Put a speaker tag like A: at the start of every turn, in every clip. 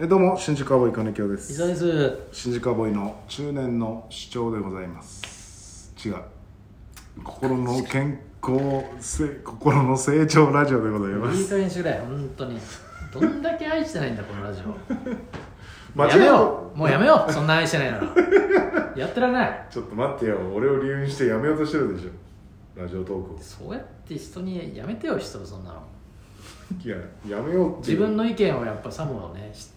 A: えどうも新宿アボイ金城です
B: 伊沢です
A: 新宿アボイの中年の主張でございます違う心の健康せ心の成長ラジオでございま
B: いい
A: す
B: 加減にしてくれ本当にどんだけ愛してないんだこのラジオ
A: 間
B: や
A: 違
B: め
A: いな
B: ようもうやめようそんな愛してないならやってられない
A: くちょっと待ってよ俺を理由にしてやめようとしてるでしょラジオトークを
B: そうやって人にやめてよ人をそんなの
A: いややめようって
B: 自分の意見をやっぱサムを ねし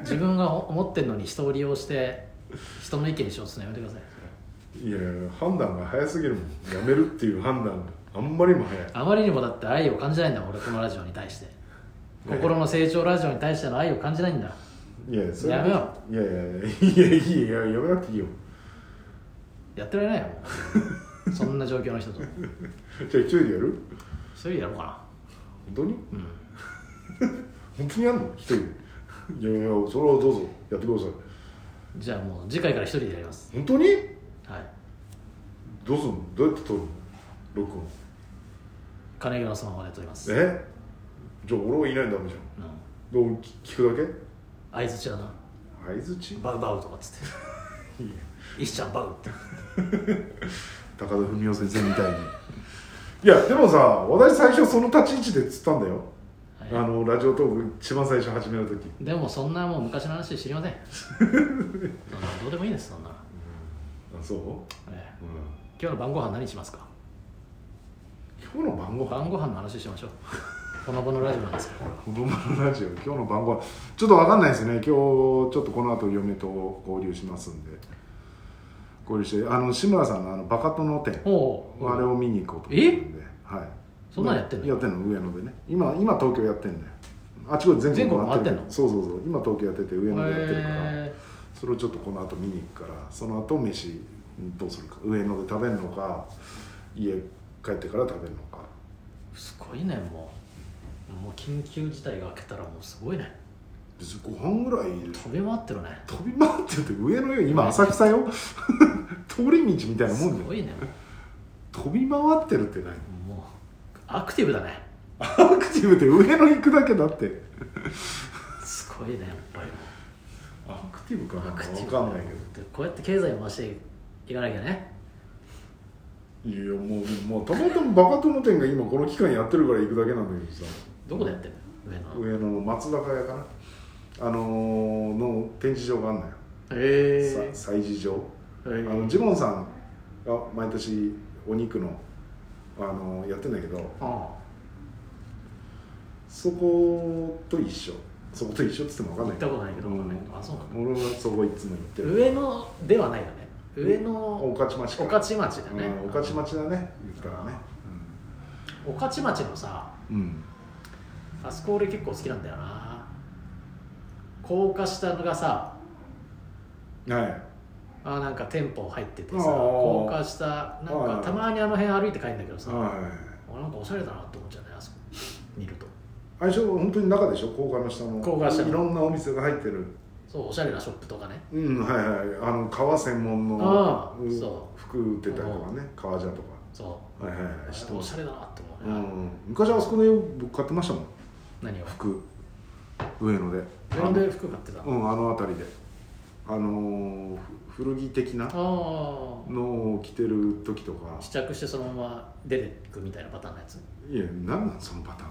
B: 自分が思ってるのに人を利用して人の意見にしようとするのやめてください
A: いや判断が早すぎるもんやめるっていう判断があんまりにも早い
B: あまりにもだって愛を感じないんだもん俺このラジオに対して
A: ね
B: 心の成長ラジオに対しての愛を感じないんだ
A: いやそれ
B: やめよ
A: いやいやいやいやいややめなくていいよ
B: やってられないよも うそんな状況の人と
A: じゃあ一人でやる
B: それやろうかな
A: 本当に
B: うん
A: 本当にやんの一人でいやいやそれはどうぞやってください
B: じゃあもう次回から一人でやります
A: 本当に
B: はい
A: どうすんのどうやって撮るの録音
B: 金魚のスマホで撮ります
A: えじゃあ俺はいないんだめじゃん
B: うん
A: どう聞くだけ
B: 相づちだな
A: 相づち
B: バウバウとかっつっ
A: いいね
B: て石ちゃんバウって
A: 高田文夫先生みたい にいやでもさ私最初その立ち位置で釣ったんだよ、
B: はい
A: あのラジオトーク一番最初始める時
B: でもそんなもう昔の話知りませんそんなどうでもいいですそんな、
A: あそう、
B: ええ
A: う
B: 今日の晩ご飯何しますか
A: ん、今日の晩ご飯
B: 晩ご飯の話しましょうほのぼのラジオなんですけど
A: 子供のラジオ今日の晩ご飯ちょっとわかんないですね今日ちょっとこの後嫁と合流しますんで合流してあの志村さんのあのバカ殿展
B: おおう
A: あれを見に行こうと思ってるんで、はい、
B: そんなんやってんの
A: やってんの上野でね今今東京やってんだよあちこち全
B: 全
A: 国
B: 国
A: 回ってる
B: 回ってんの
A: そうそうそう今東京やってて上野でやってるから、
B: へ
A: それをちょっとこの後見に行くからその後飯どうするか上野で食べるのか家帰ってから食べるのか
B: えすごいねもうもう緊急事態が明けたらもうすごいね
A: 別にご飯ぐらい
B: 飛び回ってるね
A: 飛び回ってて上のよ今浅草よ 通り道みたいなも
B: す
A: んだ
B: ご
A: よ
B: いね
A: 飛び回ってるって何
B: もうもうアクティブだね
A: アクティブで上野行くだけだって
B: すごいねやっぱり
A: アクティブかな
B: アクティ
A: 分
B: ブだ
A: か
B: ね
A: んないけど
B: でこうやって経済を回していかなきゃね
A: いやもうもうたまたまバカ友店が今この期間やってるから行くだけなんだけどさ
B: どこでやってんの上
A: 上
B: 野
A: 野の松坂屋かなあのー、の展示場があんのよ
B: へ
A: さ催事場
B: え
A: あのジモンさんが毎年お肉の、あのーやってんだけど
B: あ
A: そこと一緒そこと一緒っつっても分かんない
B: 行ったことないけど
A: うん
B: わかんないけどあそうなん
A: 俺はそこいつも行って
B: あ
A: る
B: 上野ではないよね上
A: 御
B: 野
A: 徒町
B: 御
A: か
B: 徒町だね
A: うん御徒町だね言ったらね
B: 御徒町のさ
A: うん、うん
B: あそこ俺結構好きなんだよな高架下がさ
A: はい
B: あなんか店舗入っててさ
A: ああ
B: 高架下なん
A: は
B: か
A: い
B: たまにあの辺歩いて帰るんだけどさあ
A: はい
B: なんかおしゃれだなって思っちゃうねあそこ見ると
A: あれでしょ本当に中でしょ高架の下の
B: 高架下の
A: いろんなお店が入ってる
B: そうおしゃれなショップとかね
A: うんはいはいあの革専門
B: あ
A: の
B: あ
A: うん
B: そ
A: 服売ってたりとかね革ジャンとか
B: そう
A: はいはいはい知って
B: お
A: ま
B: し
A: す
B: ゃれだなって
A: う
B: 思うね、
A: ん昔あそこで僕買ってましたもん
B: 何を
A: 服上野で
B: なんで服買ってたの、
A: うんあの辺りであのーふ古着的な
B: あ
A: のを着てる時とか
B: あ試着してそのまま出てくみたいなパターンのやつ
A: いや何なんそのパタ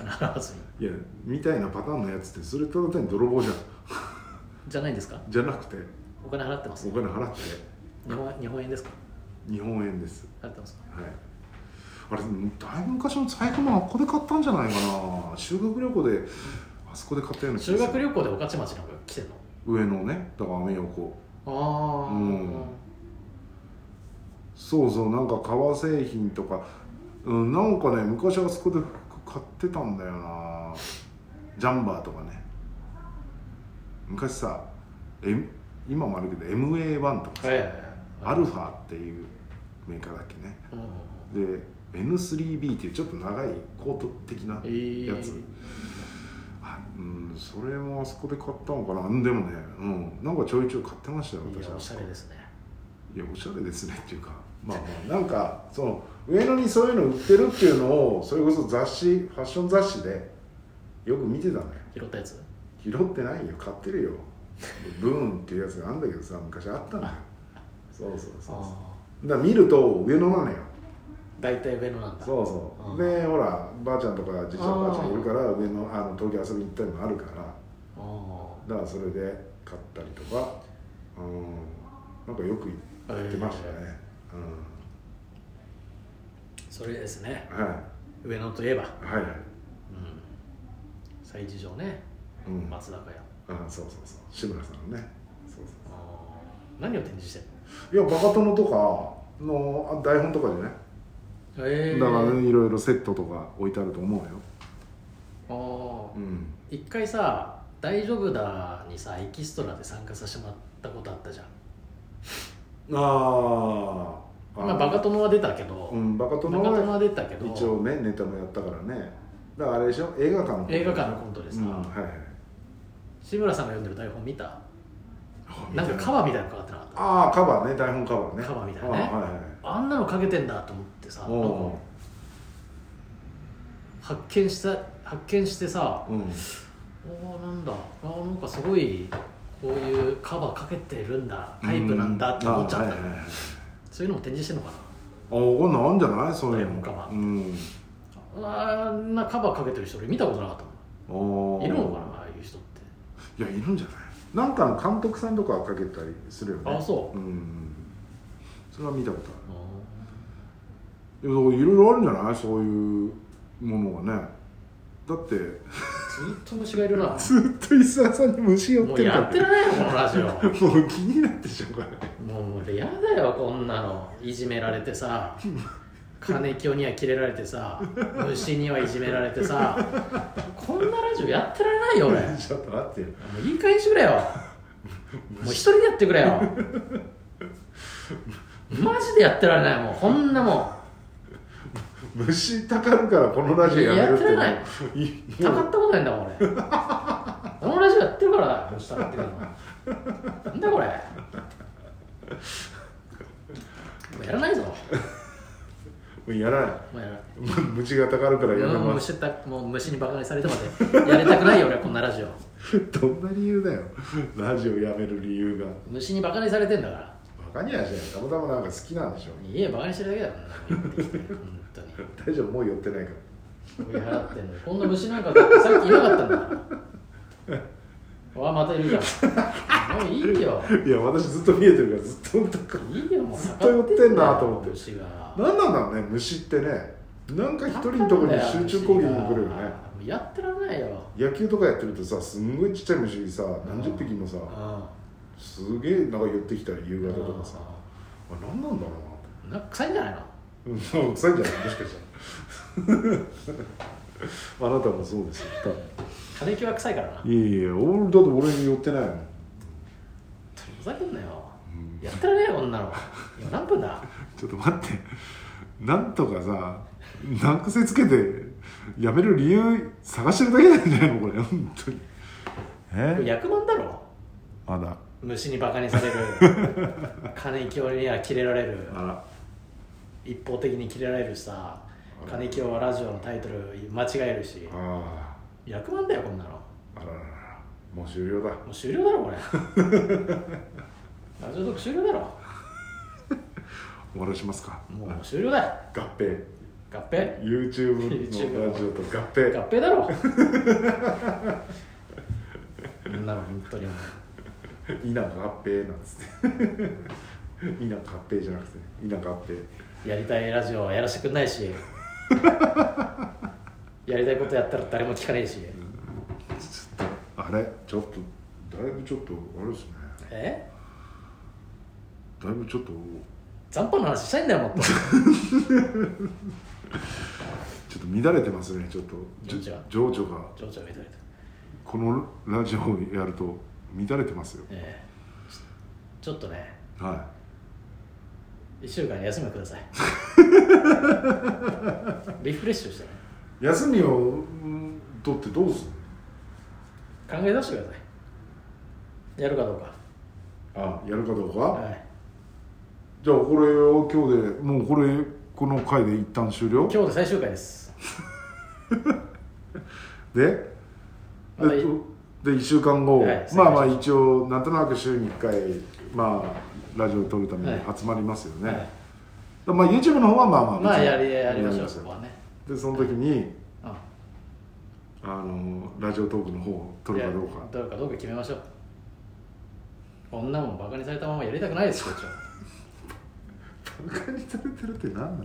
A: ーン
B: 必ず
A: いやみたいなパターンのやつってそれただ単に泥棒じゃん
B: じゃないんですか
A: じゃなくて
B: お金払ってます
A: お金払って
B: 日本日本円ですか
A: 日本円です
B: 払ってますか
A: はい、あれだいぶ昔の財布もあっこで買ったんじゃないかな修学旅行であそこで買ったような気
B: 修
A: がする
B: 学旅行で御徒町なんか来てんの
A: 上のねだからアメ横
B: ああ、
A: うんそうそうなんか革製品とか、うん、なんかね昔あそこで服買ってたんだよなジャンバーとかね昔さ、M、今もあるけど MA1 とかさ、
B: はいはいはい
A: アルファっていうメーカーだっけね
B: うんうん
A: で N3B っていうちょっと長いコート的な
B: えー、
A: やつ、あうんそれもあそこで買ったのかなうんでもねうんなんかちょいちょい買ってましたよ
B: い
A: 私
B: や
A: は
B: おしゃれですね
A: いやおしゃれですねっていうかまあまあなんかその上野にそういうの売ってるっていうのをそれこそ雑誌ファッション雑誌でよく見てたのよ
B: 拾ったやつ
A: 拾ってないよ買ってるよブーンっていうやつがあんだけどさ昔あったんだよそうそうそうそう
B: あ
A: だから見ると上野なのよ
B: ー大体上野なんだ
A: そうそ
B: うん
A: うでほらばあちゃんとかじいちゃんばあちゃんいるから上のあの東京遊びに行ったりもあるから
B: あー
A: だからそれで買ったりとかうんなんかよく行ってましたね、
B: それですね
A: うん、はい
B: 上野といえば、うん、
A: はいはい
B: 催事場ね
A: うん、
B: 松坂屋
A: あそうそうそう志村さんのねそうそ
B: あー何を展示して
A: ういやバカ殿とかのあ台本とかでね
B: るのえ
A: だからねいろいろセットとか置いてあると思うよう
B: あー
A: ん
B: 一回さ「大丈夫だ」にさエキストラで参加させてもらったことあったじゃん
A: あーあ
B: まあバカ殿は出たけど、
A: うんバカ殿
B: バカ殿
A: は
B: は出たけど
A: 一応ねネタもやったからねだからあれでしょ映画館の
B: 映画館のコントでさ、
A: うんはいはい
B: 志村さんが読んでる台本見た
A: あ
B: なんかカバーみたいなのかかってなかった
A: ああカバーね台本カバーね
B: カバーみたいなね
A: あーはいはい
B: あんなのかけてんだと思ってさ
A: お
B: なんか発見した発見してさ
A: ーうん
B: おおなんだあーなんかすごいこういうカバーかけてるんだタイプなんだって思っちゃった、
A: あーはいはいはい
B: そういうのも展示してんのか
A: あーなんじゃないそういう
B: 台
A: の
B: 本カバー
A: うん
B: なあんなカバーかけてる人俺見たことなかった
A: お
B: もん
A: ー
B: いるのかなああいう人って
A: いやいるんじゃないなんかの監督さんとかはかけたりするよね
B: あそう
A: うんんそれは見たことあ
B: あ
A: るいやだからいろいろあるんじゃないそういうものがねだって
B: ーずっと虫がいるなも
A: ずっと伊沢さんに虫寄っ
B: う
A: てる
B: やってられないよこのラジオ
A: もう気になってしょうがない
B: もうもうやだよこんなのいじめられてさ金清にはキレられてさ虫にはいじめられてさこんなラジオやってられないよ俺も
A: ちょっと待ってよ
B: ういい加減にしてくれよもう一人でやってくれよマジでやってられないもうこんなも
A: 虫たかるからこのラジオやめるって
B: いややっん
A: も
B: た
A: う
B: かったことないんだも ん俺このラジオやってるからだよ虫たかってくるのなんだこれもうやらないぞも
A: もうやらな
B: うやらない
A: いむ虫がたかるからやめ
B: もう
A: ます
B: 虫たもう虫にバカにされてまでやりたくないよ俺はこんなラジオ
A: どんな理由だよラジオやめる理由が
B: 虫にバカにされてんだから
A: バカにはしないたまたまなんか好きなんでしょ
B: 家バカにしてるだけだよこ んなの言ってきて本当に
A: 大丈夫もう寄ってないか
B: 追い払ってんのにこんな虫なんかだってさっきいなかったんだからわあまたいるじゃんもういい
A: ら
B: よ
A: いや私ずっと見えてるからずっと見たか
B: いいよもう
A: ずっと寄ってんなと思って
B: 虫が
A: 何なんだろうね虫ってねなんか一人のところに集中攻撃に来るよね
B: もうやってらんないよ
A: 野球とかやってるとさすんごいちっちゃい虫にさ何十匹もさ
B: う
A: すげえなんか寄ってきたり夕
B: ん
A: 方とかさあ何なんだろ
B: うんなんか臭いんじゃないの
A: うなってうん臭いんじゃないもしか したらあなたもそうですよ多分
B: 金木は臭いからな
A: や
B: い
A: いや俺だって俺に寄ってないもん
B: ふざけんなよやってられないよこんなの今何分だ
A: ちょっと待ってなんとかさ難癖つけてやめる理由探してるだけなんじゃないのこれ本当に
B: これ
A: え
B: 役満だろ
A: まだ
B: 虫にバカにされ る金清にはキレられる
A: あら
B: 一方的にキレられるしさ
A: あら
B: 金清はラジオのタイトル間違えるし
A: あ
B: 役満だよこんなのも
A: あららららもう終了だ
B: う終了だ ろこれラジオトーク終了だろ
A: 終わらしますか
B: もう
A: あ
B: 終了だよ
A: 合併
B: 合併
A: YouTube のラジオと合併
B: 合併だろこんなの本当にも
A: 稲が合併なんですね 稲が合併じゃなくてね稲が合併
B: うやりたいラジオはやらせてくんないしやりたいことやったら誰も聞かねえし
A: ちょっとあれちょっとだいぶちょっとあれですね
B: え
A: だいぶちょっと
B: 残飯の話したいんだよもっと
A: ちょっと乱れてますねちょっと
B: 情緒
A: じょ
B: が
A: 情緒が
B: 情緒が乱れた
A: このラジオをやると乱れてますよ
B: ええちょっとね
A: は
B: 1週間休みをくださいリフレッシュしてね
A: い休みをうん取ってどうする
B: 考え出してくださいやるかどう
A: あやるかどうか、
B: かはい
A: じゃあこれを今日でもうこれこの回で一旦終了
B: 今日で最終回です
A: で、
B: また
A: えっ
B: い
A: とで1週間後、
B: はい
A: まあまあ一応なんとなく週に1回まあラジオを撮るために
B: は
A: 集まりますよね、
B: はい
A: でまあ YouTube の方はまあまあ
B: まあ
A: 別に
B: やりやりましょう
A: や
B: そこはね
A: でその時に
B: うん
A: あのラジオトークの方を撮るかどうか
B: 取るかどうか決めましょうこんなもんバカにされたままやりたくないですこっちは
A: バカにされてるって何なの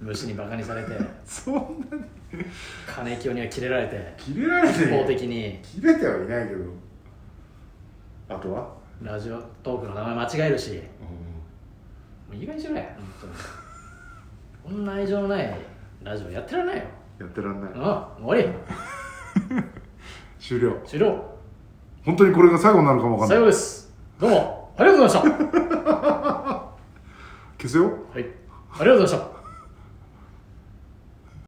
B: 虫にバカにさ れて
A: そんなに
B: 金清にはキレられて
A: キレられて
B: 一
A: るよ
B: 方的に
A: キレてはいないけどあとは、
B: ラジオトークの名前間違えるしもういい加減にしろや本当にこんな愛情のないラジオやってらんないよ
A: やってらんない、
B: うん終わ
A: 終了
B: り終了
A: 本当にこれが最後になるかもわかん
B: 最
A: ない
B: 後ですどうもありがとうございました
A: 消すよ
B: はいありがとうございました